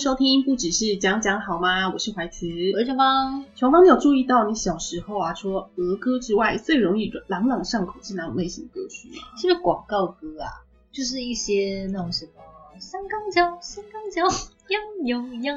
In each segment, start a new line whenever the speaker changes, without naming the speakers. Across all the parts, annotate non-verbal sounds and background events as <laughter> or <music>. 收听，不只是讲讲好吗？我是怀慈，
我是琼芳。
琼芳，你有注意到你小时候啊，除了儿歌之外，最容易朗朗上口是哪种类型的歌曲吗？
<laughs> 是不是广告歌啊？就是一些那种什么三钢脚，三钢脚，羊有羊。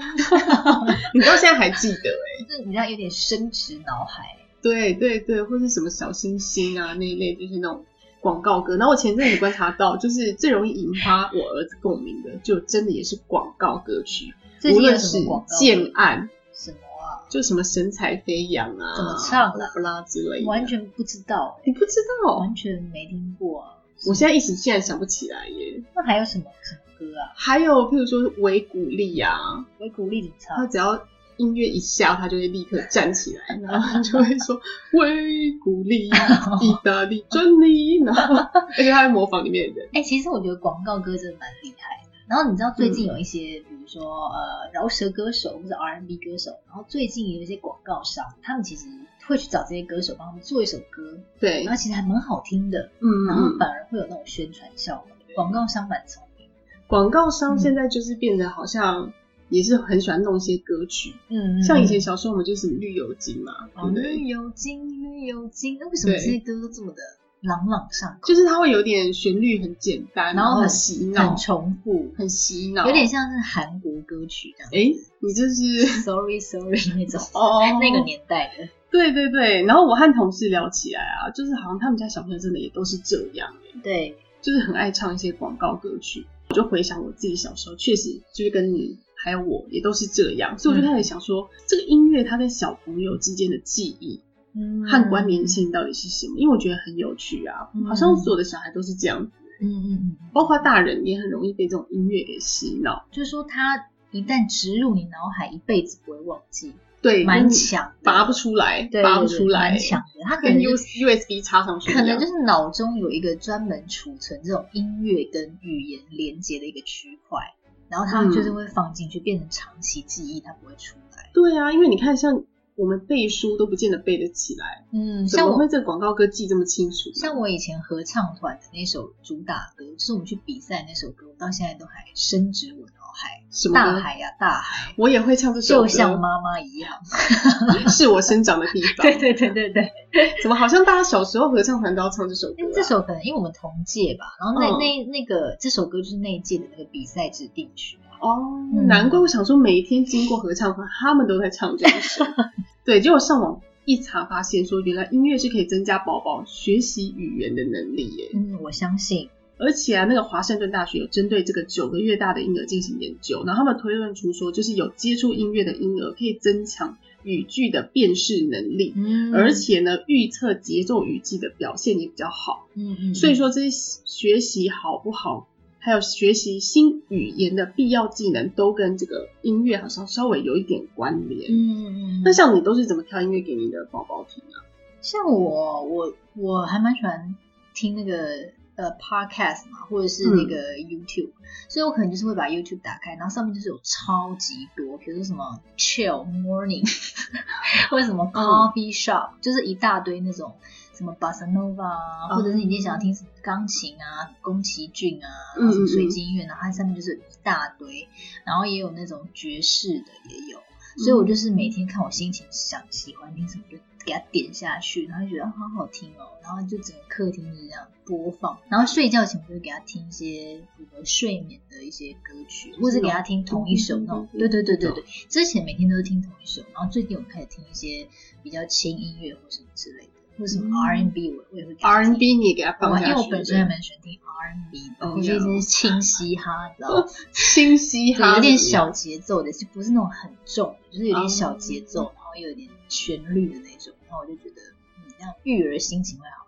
你到现在还记得哎、
就是你知道有点深植脑海。
对对对，或是什么小星星啊那一类，就是那种广告歌。然后我前阵子观察到，就是最容易引发我儿子共鸣的，就真的也是广告歌曲，
最
无
近有
论
什
是
么广告？
建案，
什么啊？
就什么神采飞扬啊，
怎么唱
啦不啦之类的，
完全不知道、
你不知
欸，
道。
完全没听过啊。
我现在一时竟然想不起来耶。
那还有什么什么歌啊？
还有，譬如说维古力啊，
维古力怎么唱
他？只要音乐一下，他就会立刻站起来，然后就会说维古力，意大利专利，然后 <laughs> 而且他会模仿里面的人。
哎、其实我觉得广告歌真的蛮厉害的。然后你知道最近有一些，
嗯
比如说呃饶舌歌手或者 R&B 歌手，然后最近有一些广告商，他们其实会去找这些歌手帮他们做一首歌，
对，
然后其实还蛮好听的，
嗯
然后
嗯，
反而会有那种宣传效果。广告商蛮聪明，
广告商现在就是变得好像也是很喜欢弄一些歌曲，
嗯
像以前小时候我们就是什么绿油精嘛，对
哦
不对？
绿油精，绿油精，那为什么
对
这些歌都这么的朗朗上口，
就是它会有点旋律很简单，
然后
很
很
洗脑
很，重复，
很洗脑，
有点像是韩国歌曲这样。
哎，你这是
Sorry Sorry 那种，
<laughs> 哦
<laughs> 那个年代的。
对对对，然后我和同事聊起来啊，就是好像他们家小朋友真的也都是这样，
对，
就是很爱唱一些广告歌曲。我就回想我自己小时候，确实就是跟你还有我也都是这样，所以我就开始想说，这个音乐它跟小朋友之间的记忆
嗯
和关联，性到底是什么？因为我觉得很有趣啊，
嗯
好像所有的小孩都是这样，
嗯嗯嗯，
包括大人也很容易被这种音乐给洗脑。
就是说它一旦植入你脑海，一辈子不会忘记，
对，
蛮
跟
强的，
拔不出来，
对，对
拔不出来，
蛮强的。它可
跟
能
U
就
USB 插上去一样，
可能就是脑中有一个专门储存这种音乐跟语言连接的一个区块，然后它
嗯
就是会放进去，变成长期记忆，它不会出来。
对啊，因为你看，像我们背书都不见得背得起来，
嗯，
怎
像
么
我
会这个广告歌记这么清楚呢？
像我以前合唱团的那首主打歌，就是我们去比赛那首歌，我到现在都还深植我脑海。
什么
大
歌，
海呀、啊大海，
我也会唱这首歌，啊
就像妈妈一样。
<laughs>
啊
是我生长的地方。
<laughs> 对对对对对。
怎么好像大家小时候合唱团都要唱这首歌、
因
啊
为？哎这首可能因为我们同届吧，然后那、
嗯
那那个这首歌就是那一届的那个比赛指定曲啊。
哦，
嗯
难怪我想说，每一天经过合唱团，他们都在唱这一首。
<laughs>
对，结果上网一查，发现说原来音乐是可以增加宝宝学习语言的能力耶。
嗯，我相信。
而且啊，那个华盛顿大学有针对这个九个月大的婴儿进行研究，然后他们推论出说，就是有接触音乐的婴儿可以增强语句的辨识能力，
嗯
而且呢，预测节奏语句的表现也比较好。
嗯嗯，
所以说，这些学习好不好，还有学习新语言的必要技能，都跟这个音乐好像稍微有一点关联。
嗯嗯嗯，
那像你都是怎么挑音乐给你的宝宝听啊？
像我我我还蛮喜欢听那个呃 podcast 嘛，或者是那个 YouTube，、所以我可能就是会把 YouTube 打开，然后上面就是有超级多，比如说什么 Chill Morning，或者什么 Coffee Shop，、就是一大堆那种什么 Bossa Nova 啊，
哦
或者是你今天想要听什么钢琴啊、宫崎骏啊，
嗯
然后什么水
嗯嗯
晶音乐，然后它上面就是有一大堆，然后也有那种爵士的也有。
嗯
所以我就是每天看我心情想喜欢听什么就给它点下去，然后就觉得啊好好听哦，然后就整个客厅就是这样播放，然后睡觉前我就会给他听一些符合睡眠的一些歌曲，或者给他听同一首
嗯
那种，对对对对对，之前每天都是听同一首，然后最近我开始听一些比较轻音乐或什么之类的，或者什么
嗯
R&B 我我也会给他听
R&B 你也给他
我
放下去，
因为我本身
对
还
不对
蛮喜欢听 R&B
哦
的，或者一些轻嘻哈，你知道吗？
新嘻
对，
哈怎
有点
么样
小节奏的，就不是那种很重的，就是有点小节奏，然后又有点旋律的那种，然后我就觉得，嗯，这样育儿心情会好。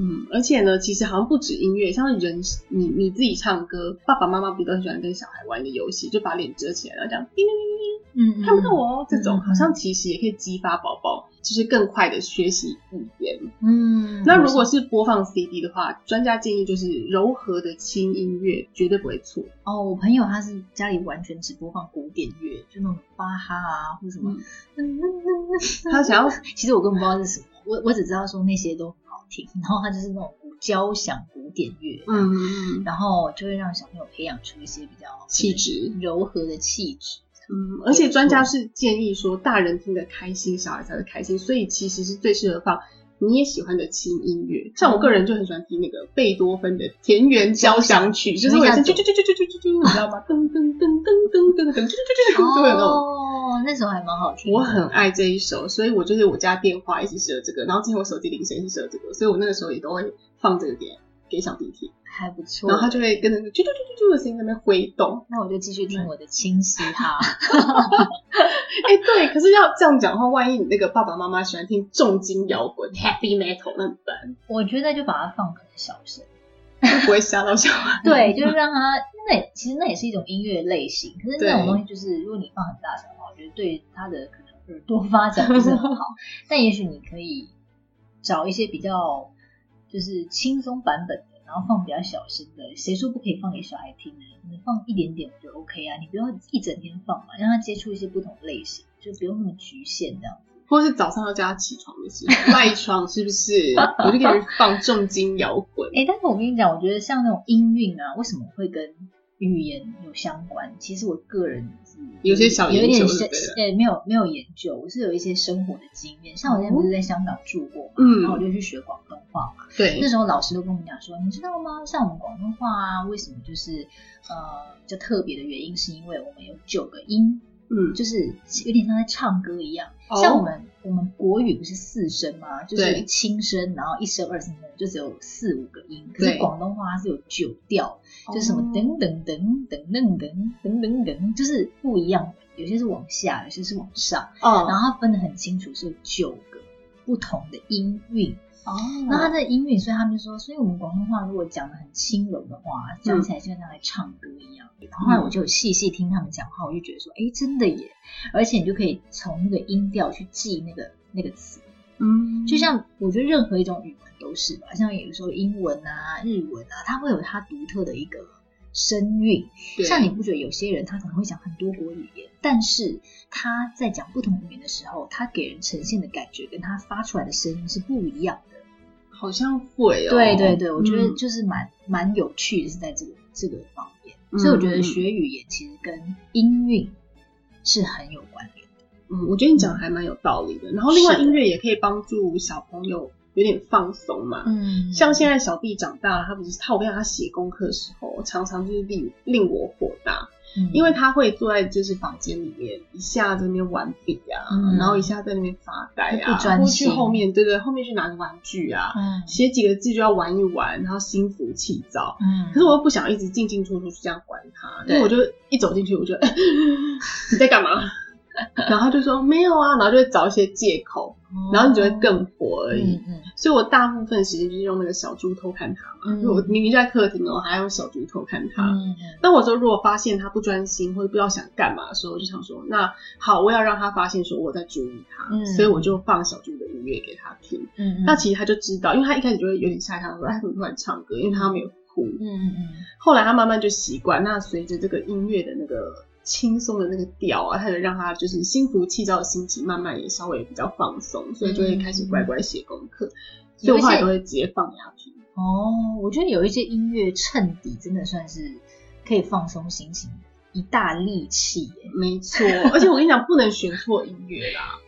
嗯，而且呢，其实好像不止音乐，像人，你你自己唱歌，爸爸妈妈不都很喜欢跟小孩玩一个游戏，就把脸遮起来，然后讲叮叮叮
嗯
叮，看不到，我哦，这种
嗯
好像其实也可以激发宝宝，就是更快的学习语言。
嗯，
那如果是播放 CD 的话，专家建议就是柔和的轻音乐绝对不会错。
哦，我朋友他是家里完全只播放古典乐，就那种巴哈啊，或什么，
嗯
嗯
他想要
<laughs> 其实我根本不知道是什么，我我只知道说那些都很好听，然后他就是那种古交响古典乐，
嗯嗯嗯
然后就会让小朋友培养出一些比较
气质
柔和的气质。这样
嗯，而且专家是建议说，大人听得开心，小孩才会开心，所以其实是最适合放你也喜欢的轻音乐。像我个人就很喜欢听那个贝多芬的《田园交响曲》，就是会有啾啾啾啾啾啾啾啾，你知道吗？噔噔噔噔噔噔噔，啾啾啾啾啾，就会有那种。
哦，那首还蛮好听的。
我很爱这一首，所以我就是我家电话一直设这个，然后之前我手机铃声是设这个，所以我那个时候也都会放这个给给小弟听，
还不错。
然后他就会跟着啾啾啾啾啾的声音在那边挥动。
那我就继续听我的清晰哈。
<laughs> 哎、对，可是要这样讲的话，万一你那个爸爸妈妈喜欢听重金摇滚 （heavy metal），那怎么办？
<laughs> 我觉得就把它放得很小声，
就不会吓到小 <laughs> 孩。
对，就是让它那也其实那也是一种音乐类型，可是那种
对
东西就是如果你放很大声的话，我觉得对他的可能耳朵发展不是很 <laughs> 好。但也许你可以找一些比较就是轻松版本的，然后放比较小声的。谁说不可以放给小孩听呢？你放一点点我就 OK 啊，你不要一整天放嘛，让他接触一些不同类型，就不用那么局限这样子。
或是早上要叫他起床的时候，赖床是不是？我就给你放重金摇滚。
哎、但是我跟你讲，我觉得像那种音韵啊，为什么会跟语言有相关？其实我个人是
嗯有些小
有
研
一点
究
是
就对了
呃没有没有研究，我是有一些生活的经验。像我现在不是在香港住过嘛，
哦嗯
然后我就去学广东话嘛。
对
那，时候老师都跟我们讲说，你知道吗？像我们广东话啊，为什么就是呃比较特别的原因，是因为我们有九个音，
嗯，
就是有点像在唱歌一样。
哦
像我们我们国语不是四声吗？就是
对
轻声，然后一声、二声、三声，就只有四五个音。可是
对
广东话它是有九调，就是什么
哦
等等等等等等等等等，就是不一样。有些是往下，有些是往上，然
哦
后它分得很清楚，是有九个不同的音韵。
哦，
那它的音韵，所以他们就说，所以我们广东话如果讲的很轻柔的话，
嗯
讲起来就像在唱歌一样。然后后来我就有细细听他们讲话，我就觉得说，哎，真的耶！而且你就可以从那个音调去记那个那个词，
嗯
就像我觉得任何一种语文都是吧，像有时候英文啊、日文啊，它会有它独特的一个声韵。
对
像你不觉得有些人他可能会讲很多国语言，但是他在讲不同语言的时候，他给人呈现的感觉跟他发出来的声音是不一样的。
好像会哦。
对对对，我觉得
嗯
就是蛮蛮、有趣的是在这个这个方面，
嗯
所以我觉得学语言其实跟音韵是很有关联的。
嗯，我觉得你讲的还蛮有道理的。然后另外
是的
音乐也可以帮助小朋友有点放松嘛。
嗯
像现在小弟长大了，他不是他，我看他写功课的时候，常常就是令令我火大，
在、
因为他会坐在就是房间里面，一下在那边玩笔啊，
嗯
然后一下在那边发呆
他
啊，
不专
或
心
去后面，对对，后面去拿个玩具啊，
嗯
写几个字就要玩一玩，然后心浮气躁。
嗯
可是我又不想一直进进出出去这样管他，因
对
为我就一走进去我就、 <laughs> 你在干嘛？ <laughs> 然后他就说没有啊，然后就会找一些借口，然后你就会更火而已。
嗯嗯
所以我大部分时间就是用那个小猪偷看他嘛，
嗯
因为我明明就在客厅哦，我还用小猪偷看他。
嗯
那我就如果发现他不专心或者不知道想干嘛的时候，我就想说，那好，我要让他发现说我在注意他，
嗯
所以我就放小猪的音乐给他听。
嗯
那其实他就知道，因为他一开始就会有点吓一跳，说哎他怎么突然唱歌，因为他没有哭。
嗯嗯嗯
后来他慢慢就习惯。那随着这个音乐的那个轻松的那个调啊，他也让他就是心浮气躁的心情慢慢也稍微比较放松，所以就会开始乖乖写功课。所以我后来都会直接放给他听。
哦，我觉得有一些音乐衬底真的算是可以放松心情的一大利器耶。
没错，而且我跟你讲，不能选错音乐啦。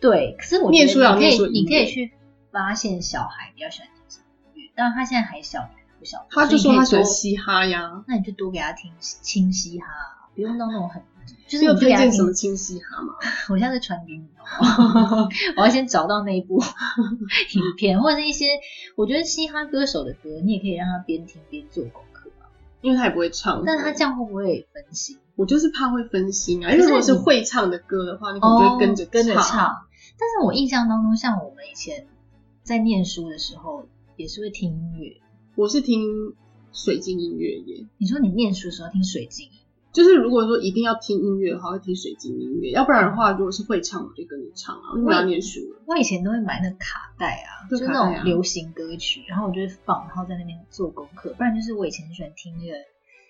对，可是我觉
念书
得
要
你可
念书
以，你
音
可以
乐
去发现小孩比较喜欢听什么音乐，当然他现在还小，你可能不晓得，
他就
所
说
以你
他
可以
喜欢
多
嘻哈呀，
那你就多给他听清晰哈、不用到那种很，就是
你
你
有
就给
推
他
荐什
听
么。清嘻哈吗？
我下次传给你哦， <laughs> 我要先找到那一部影片，或者是一些我觉得嘻哈歌手的歌，你也可以让他边听边做功课啊。
因为他也不会唱，
但他这样会不会分心？
我就是怕会分心啊。因为
可是
如果是
你
会唱的歌的话，你可能就会跟着
哦跟着。唱。但是我印象当中，像我们以前在念书的时候，也是会听音乐。
我是听水晶音乐耶，
你说你念书的时候听水晶，
就是如果说一定要听音乐的话，会听水晶音乐；要不然的话，如果是会唱，我就跟着唱啊，因为我要念书了。
我以前都会买那个卡带啊，
对
就
卡
那
带
种
啊
流行歌曲，然后我就会放，然后在那边做功课。不然就是我以前很喜欢听那个。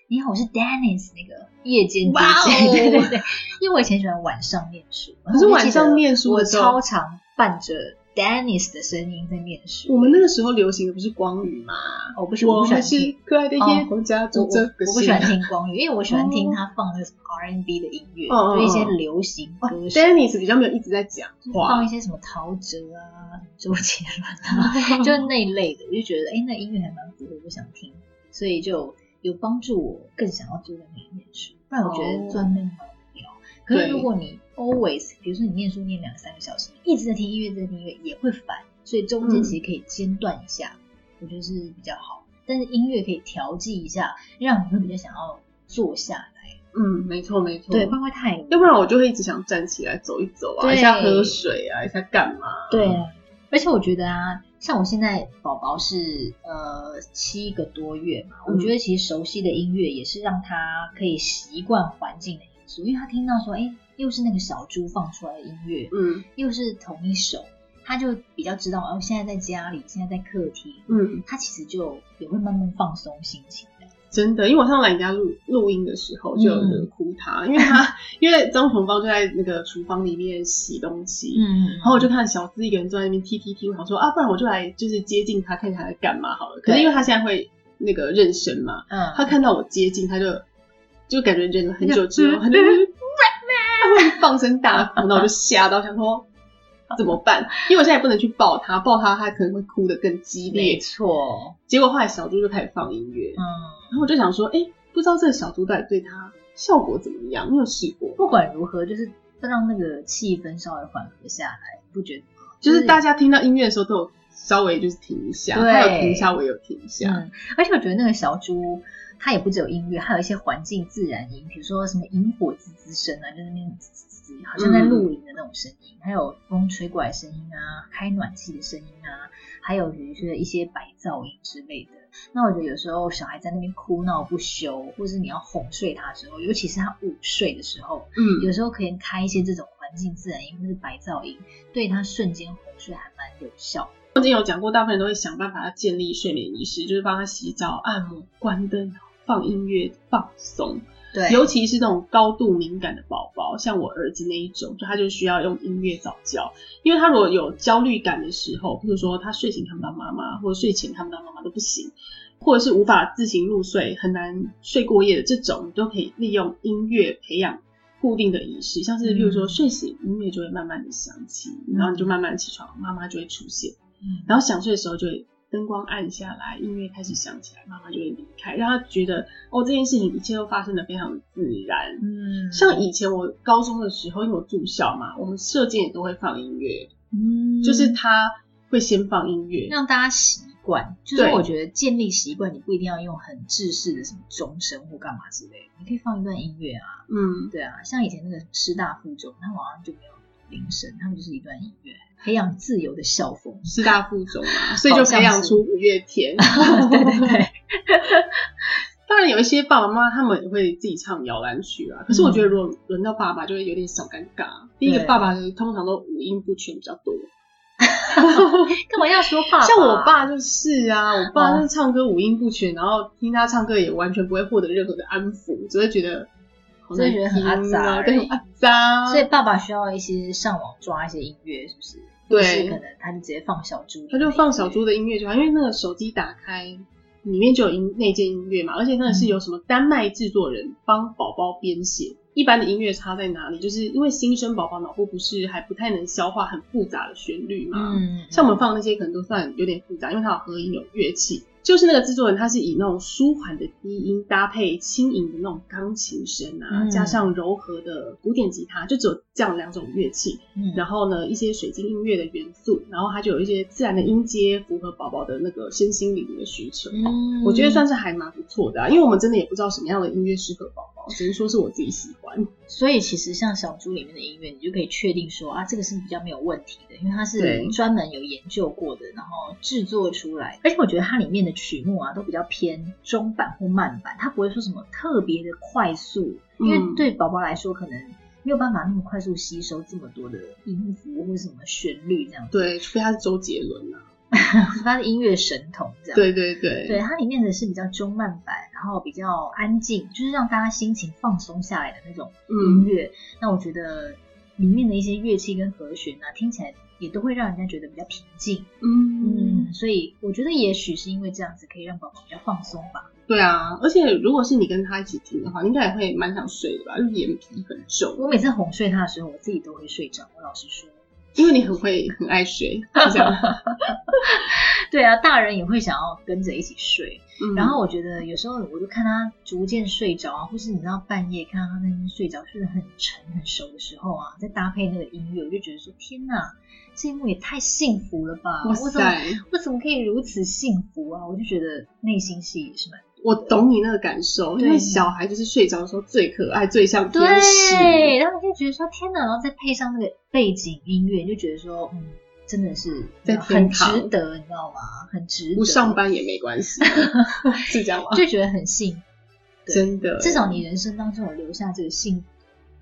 你好，我是 Dennis 那个夜间 DJ，、
哇哦
对对对，因为我以前喜欢晚上念书，
可是晚上念书
我
的时
超
候
常伴着 Dennis 的声音在念书。哦
我们那个时候流行的不是光语吗？
我不喜我
我
不喜
们
欢
是
听，
可爱的夜空家
我
族
我
这个
我不喜欢听光语，因为我喜欢听他放那个什么 R&B 的音乐，
哦
就一些流行
哇
歌手，
Dennis 比较没有一直在讲
放
话
一，些什么陶喆啊、周杰伦啊， <laughs> 就是那一类的，我就觉得哎、诶那音乐还蛮符合我想听，所以就有帮助我更想要坐在那里念书。不然我觉得
哦
坐在那里蛮无聊。可是
对
如果你 always，比如说你念书念两三个小时，你一直在听音乐，一直在听音乐也会烦，所以中间
嗯
其实可以间断一下，我觉得是比较好。但是音乐可以调剂一下，让你会比较想要坐下来。哦
嗯，没错没错，
对，不然会太
要不然我就会一直想站起来走一走啊，
对
一下喝水啊，一下干嘛？
对啊，而且我觉得啊，像我现在宝宝是呃七个多月嘛，
嗯
我觉得其实熟悉的音乐也是让他可以习惯环境的因素，因为他听到说，哎，又是那个小猪放出来的音乐，
嗯
又是同一首，他就比较知道哦，现在在家里，现在在客厅，
嗯，
他其实就也会慢慢放松心情的。
真的，因为我上次来你家录录音的时候就有人哭他，因为他 <laughs> 因为张红芳就在那个厨房里面洗东西。
嗯，
然后我就看小资一个人坐在那边踢踢踢，我想说啊，不然我就来就是接近他，看他在干嘛好了。可是
对
因为他现在会那个妊娠嘛，
嗯，
他看到我接近，他就就感觉忍了很久之后，
他
他
就
就
嗯
他会放声大哭，然后我就吓到，想说怎么办？因为我现在也不能去抱他，抱他他可能会哭得更激
没
烈。
错，
结果后来小猪就开始放音乐，
嗯，
然后我就想说，哎、不知道这个小猪到底对他效果怎么样？你有试过？
不管如何，就是让那个气氛稍微缓和下来，不觉得吗？
就是大家听到音乐的时候都有稍微就是停一下，
嗯对
他有停一下，我也有停一下。
嗯，而且我觉得那个小猪，它也不只有音乐，还有一些环境自然音，比如说什么萤火滋滋声啊，就在那边滋滋滋，好像在露营的那种声音，还有风吹过来的声音啊，开暖气的声音啊，还有比如说一些白噪音之类的。那我觉得有时候小孩在那边哭闹不休，或是你要哄睡他的时候，尤其是他午睡的时候，
嗯
有时候可以开一些这种环境自然音或是白噪音，对他瞬间哄睡还蛮有效的。
我之前有讲过，大部分人都会想办法建立睡眠仪式，就是帮他洗澡、按摩、关灯、放音乐、放松。
对
尤其是这种高度敏感的宝宝，像我儿子那一种，就他就需要用音乐早教，因为他如果有焦虑感的时候，譬如说他睡醒看不到妈妈，或者睡前看不到妈妈都不行，或者是无法自行入睡、很难睡过夜的这种，你都可以利用音乐培养固定的仪式，像是譬如说
嗯
睡醒音乐就会慢慢的响起，然后你就慢慢起床，妈妈就会出现。
嗯
然后想睡的时候就会灯光暗下来，音乐开始响起来，妈妈就会离开，让他觉得哦这件事情一切都发生的非常自然。
嗯
像以前我高中的时候，因为我住校嘛，我们射箭也都会放音乐，
嗯
就是他会先放音乐，
让大家习惯，就是
对
我觉得建立习惯，你不一定要用很制式的什么钟声或干嘛之类的，你可以放一段音乐啊， <laughs>
嗯，。
对啊，像以前那个师大附中，他们好像就没有铃声，他们就是一段音乐，培养自由的校风 <laughs>
师大附中嘛，所以就培养出五月天。
对对对，
当然有一些爸爸妈妈他们也会自己唱摇篮曲啊，可是我觉得如果轮到爸爸就会有点小尴尬。第一个
嗯对
爸爸通常都五音不全比较多，
干嘛要说 <laughs> 爸爸？
像我爸啊就是啊，我爸
哦
就是唱歌五音不全，然后听他唱歌也完全不会获得任何的安抚，只会觉得好难
只会觉得很阿
听
杂
啊，
而
对，很
已
阿杂。啊
所以爸爸需要一些上网抓一些音乐，是不是？
对
就是可能他就直接放小猪，
他就放小猪，的音乐就好，因为那个手机打开里面就有音内建音乐嘛，而且那个是由什么丹麦制作人帮宝宝编写。一般的音乐差在哪里？就是因为新生宝宝脑部不是还不太能消化很复杂的旋律嘛，
嗯，
像我们放那些可能都算有点复杂，因为它有合音有乐器。就是那个制作人，他是以那种舒缓的低音搭配轻盈的那种钢琴声啊，
嗯
加上柔和的古典吉他，就只有这样两种乐器。
嗯，
然后呢，一些水晶音乐的元素，然后它就有一些自然的音阶，符合宝宝的那个身心灵的需求。
嗯，
我觉得算是还蛮不错的、啊，因为我们真的也不知道什么样的音乐适合宝宝，只能说是我自己喜欢。
所以其实像小猪里面的音乐，你就可以确定说啊，这个是比较没有问题的，因为它是
对
专门有研究过的，然后制作出来。而且我觉得它里面的曲目啊，都比较偏中版或慢版，它不会说什么特别的快速，因为
嗯
对宝宝来说可能没有办法那么快速吸收这么多的音符或什么旋律这样子。
对，除非他是周杰伦啊。
它的音乐神童这样。
对对对，
对，它里面的是比较中慢版，然后比较安静，就是让大家心情放松下来的那种音
嗯，
乐，那我觉得里面的一些乐器跟和弦啊，听起来也都会让人家觉得比较平静。
嗯，
嗯，所以我觉得也许是因为这样子可以让宝宝比较放松吧。
对啊，而且如果是你跟他一起听的话，你应该也会蛮想睡的吧？就是眼皮很重，
我每次哄睡他的时候，我自己都会睡着。我老实说，
因为你很会很爱睡，是这
<laughs>
样。
对啊，大人也会想要跟着一起睡。
嗯
然后我觉得有时候我就看他逐渐睡着啊，或是你知道半夜看到他那边睡着睡得很沉很熟的时候啊，再搭配那个音乐，我就觉得说天哪，这一幕也太幸福了吧！
哇
我怎么
塞，
我怎么可以如此幸福啊？我就觉得内心戏也是蛮
我懂你那个感受，
对
因为小孩就是睡着的时候最可爱，最像天使。
对，然后你就觉得说天哪，然后再配上那个背景音乐，你就觉得说嗯，真的是
在
很
天
值
堂
得，你知道吗？很值得，
不上班也没关系，
<laughs>
是这样吗？
就觉得很幸福。对
真的，
至少你人生当中有留下这个性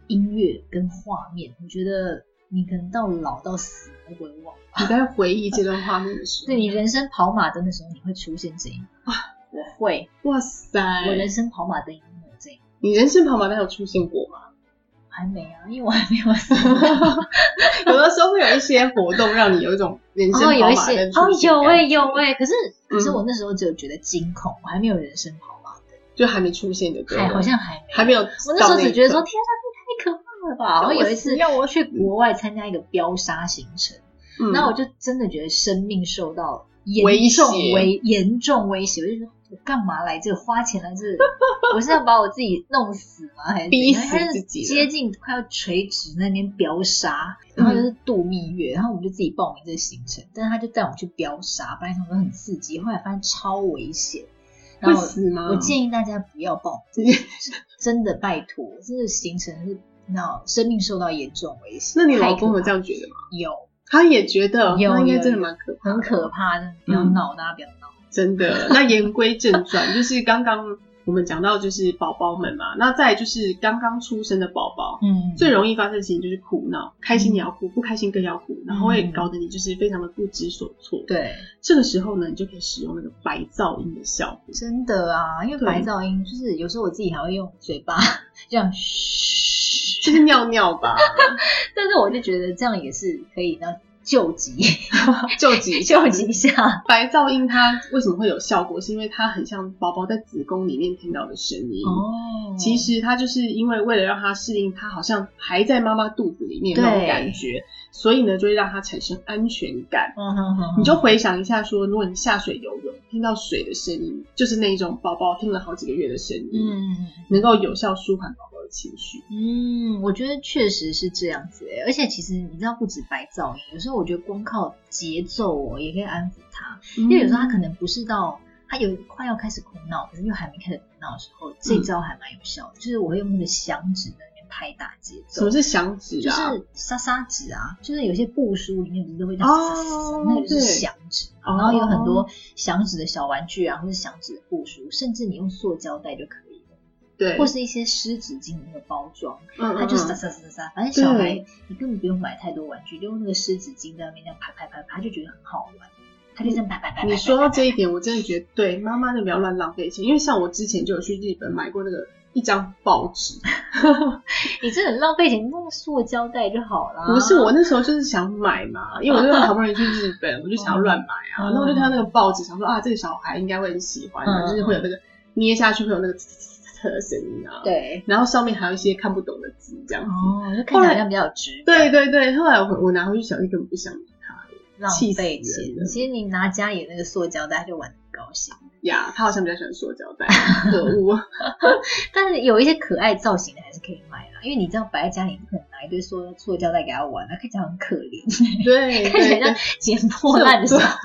音乐跟画面，我觉得你可能到老到死都不会忘。
你在回忆这段画面的时候，
对你人生跑马灯的时候，你会出现这一幕。
啊
我会，
哇塞，
我人生跑马灯一幕有这一幕
你人生跑马灯有出现过吗？ <laughs>
还没啊，因为我还没有死。然
有的时候会有一些活动让你有一种人生
后有
跑
一
马
些
灯
哦，
出现
有哎、
感觉
有哎、可是可是
嗯
我那时候只有觉得惊恐，我还没有人生跑马灯，
就还没出现的，对啊了
还好像还没
还没有。
我
我
那时候只觉得说，天啊，这也太可怕了吧！然后有一次嗯
要我
去国外参加一个飙沙行程。
嗯
那我就真的觉得生命受到
威
严
胁
重威严重威胁，我就觉得我干嘛来这花钱来这？我是要把我自己弄死吗？还是怎
逼
样
死
因为它是
自己了
接近快要垂直那边飙沙，然后
嗯
就是度蜜月，然后我们就自己报名这个行程，但是他就带我们去飙沙，本来想说很刺激，后来发现超危险，然
会
后我。
死吗？
我建议大家不要报名，真的拜托，这个行程是，那生命受到严重威
<laughs>
胁。
那你
太
老
可
公有
怕
这样觉得吗？
有，
他也觉得，哦
有
那应该
有
真的
有
蛮可怕的，
很可怕，真的不要闹，大家不要闹。
<laughs> 真的。那言归正传，就是刚刚我们讲到就是宝宝们嘛，那再来就是刚刚出生的宝宝，
嗯
最容易发生的事情就是哭闹，开心也要哭，不开心更要哭，然后
嗯
会搞得你就是非常的不知所措。，
对，
这个时候呢，你就可以使用那个白噪音的效果。
真的啊，因为
对
白噪音就是有时候我自己还会用嘴巴这样嘘，
就是尿尿吧， <laughs>
但是我就觉得这样也是可以呢救急
救急一下
<laughs> 救急一。下。
白噪音它为什么会有效果？是因为它很像宝宝在子宫里面听到的声音。
哦
其实它就是因为为了让它适应，它好像还在妈妈肚子里面
对
那种感觉，所以呢，就会让它产生安全感。
嗯哼哼，
你就回想一下说如果你下水游泳，听到水的声音，就是那一种宝宝听了好几个月的声音，
嗯
能够有效舒缓宝宝的情绪。
嗯，我觉得确实是这样子欸，而且其实你知道，不止白噪音，有时候我觉得光靠节奏哦也可以安抚他。
因
因为有时候他可能不是到他有快要开始哭闹，可是又还没开始哭闹的时候，这
嗯
招还蛮有效的，就是我会用那个响指在那边拍打节
什
奏
么。是响指
就
啊？
是沙沙纸啊，就是有些布书里面不是都会叫沙沙沙，
哦
那个就是
对
响纸，
哦
然后有很多响纸的小玩具啊，或者响纸的布书，甚至你用塑胶袋就可以了，
对，
或是一些湿纸巾的那个包装，
嗯
它就是沙
嗯
沙沙沙，反正小孩
对
你根本不用买太多玩具，就用那个湿纸巾在那边这样拍拍拍拍，他就觉得很好玩，他就这样拍拍拍。
嗯
<laughs> 拍
你说
拍
到
拍
这一点，我真的觉得对妈妈，你不要乱浪费钱，因为像我之前就有去日本买过那个一张报纸，
啊你这很浪费钱，你用塑胶袋就好啊啦。
不是我那时候就是想买嘛，因为我就好不容易去日本，我就想要乱买啊，
嗯
然后我就看到那个报纸，想说啊，这个小孩应该会很喜欢啊，
嗯
就是会有那个捏下去会有那个呲呲呲呲的声音啊，，
对
然后上面还有一些看不懂的字这样子，
哦，就看起来好像比较有值，
对对对，后来我我拿回去想，一根本不想
浪
气死
费
人
钱。
了
其实你拿家里那个塑胶袋就玩的很高兴，
呀，他好像比较喜欢塑胶袋，可恶， <laughs>
但是有一些可爱造型的还是可以买啦，因为你这样摆在家里，你不可能拿一堆塑塑胶袋给他玩，他看起来很可怜，
对
看起来
对
像
对，
捡破烂的小孩。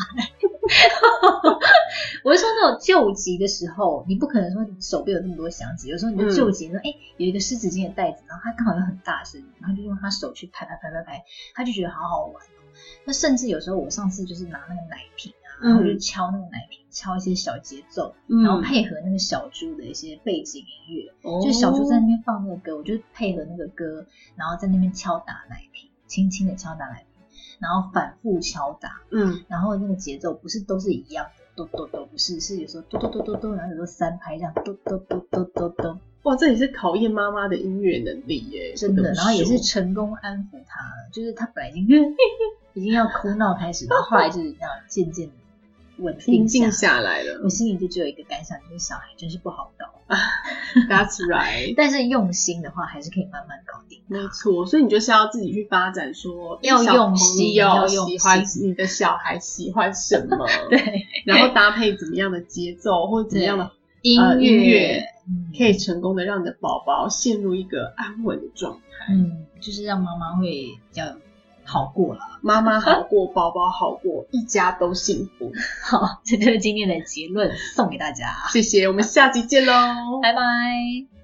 <laughs> 我是说那种救急的时候，你不可能说你手边有那么多响指，有时候你
嗯
就救急，说哎、有一个湿纸巾的袋子，然后它刚好有很大声，然后就用他手去拍拍拍拍拍，他就觉得好好玩哦。那甚至有时候我上次就是拿那个奶瓶啊，然后就
嗯
敲那个奶瓶，敲一些小节奏，然后
嗯，
配合那个小猪的一些背景音乐，
哦
就小猪在那边放那个歌，我就配合那个歌，然后在那边敲打奶瓶，轻轻的敲打奶瓶，然后反复敲打。
嗯，
然后那个节奏不是都是一样的，嘟嘟嘟不是，是有时候嘟嘟嘟嘟嘟，然后有时候三拍这样嘟嘟嘟嘟嘟嘟，
哇，这也是考验妈妈的音乐能力耶，
真的，
不得不
然后也是
说
成功安抚他了，就是他本来已经 <laughs> 已经要哭闹开始，然后后来就是那渐渐稳
平
定
静
下。
下来了
我心里就只有一个感想，就是小孩真是不好搞，
，That's right。
<laughs> 但是用心的话，还是可以慢慢搞定。
没错，所以你就是要自己去发展说，
要
小
用
朋
心
友
要用
喜欢
心
你的小孩喜欢什么，
<laughs> 对，
然后搭配怎么样的节奏或者怎么样的，
音
呃音乐
嗯
可以成功的让你的宝宝陷入一个安稳的状态。
嗯，就是让妈妈会比较好过了。
妈妈好过，宝宝好过，一家都幸福。
好，这就是今天的结论，送给大家，
谢谢，我们下集见喽，
拜拜。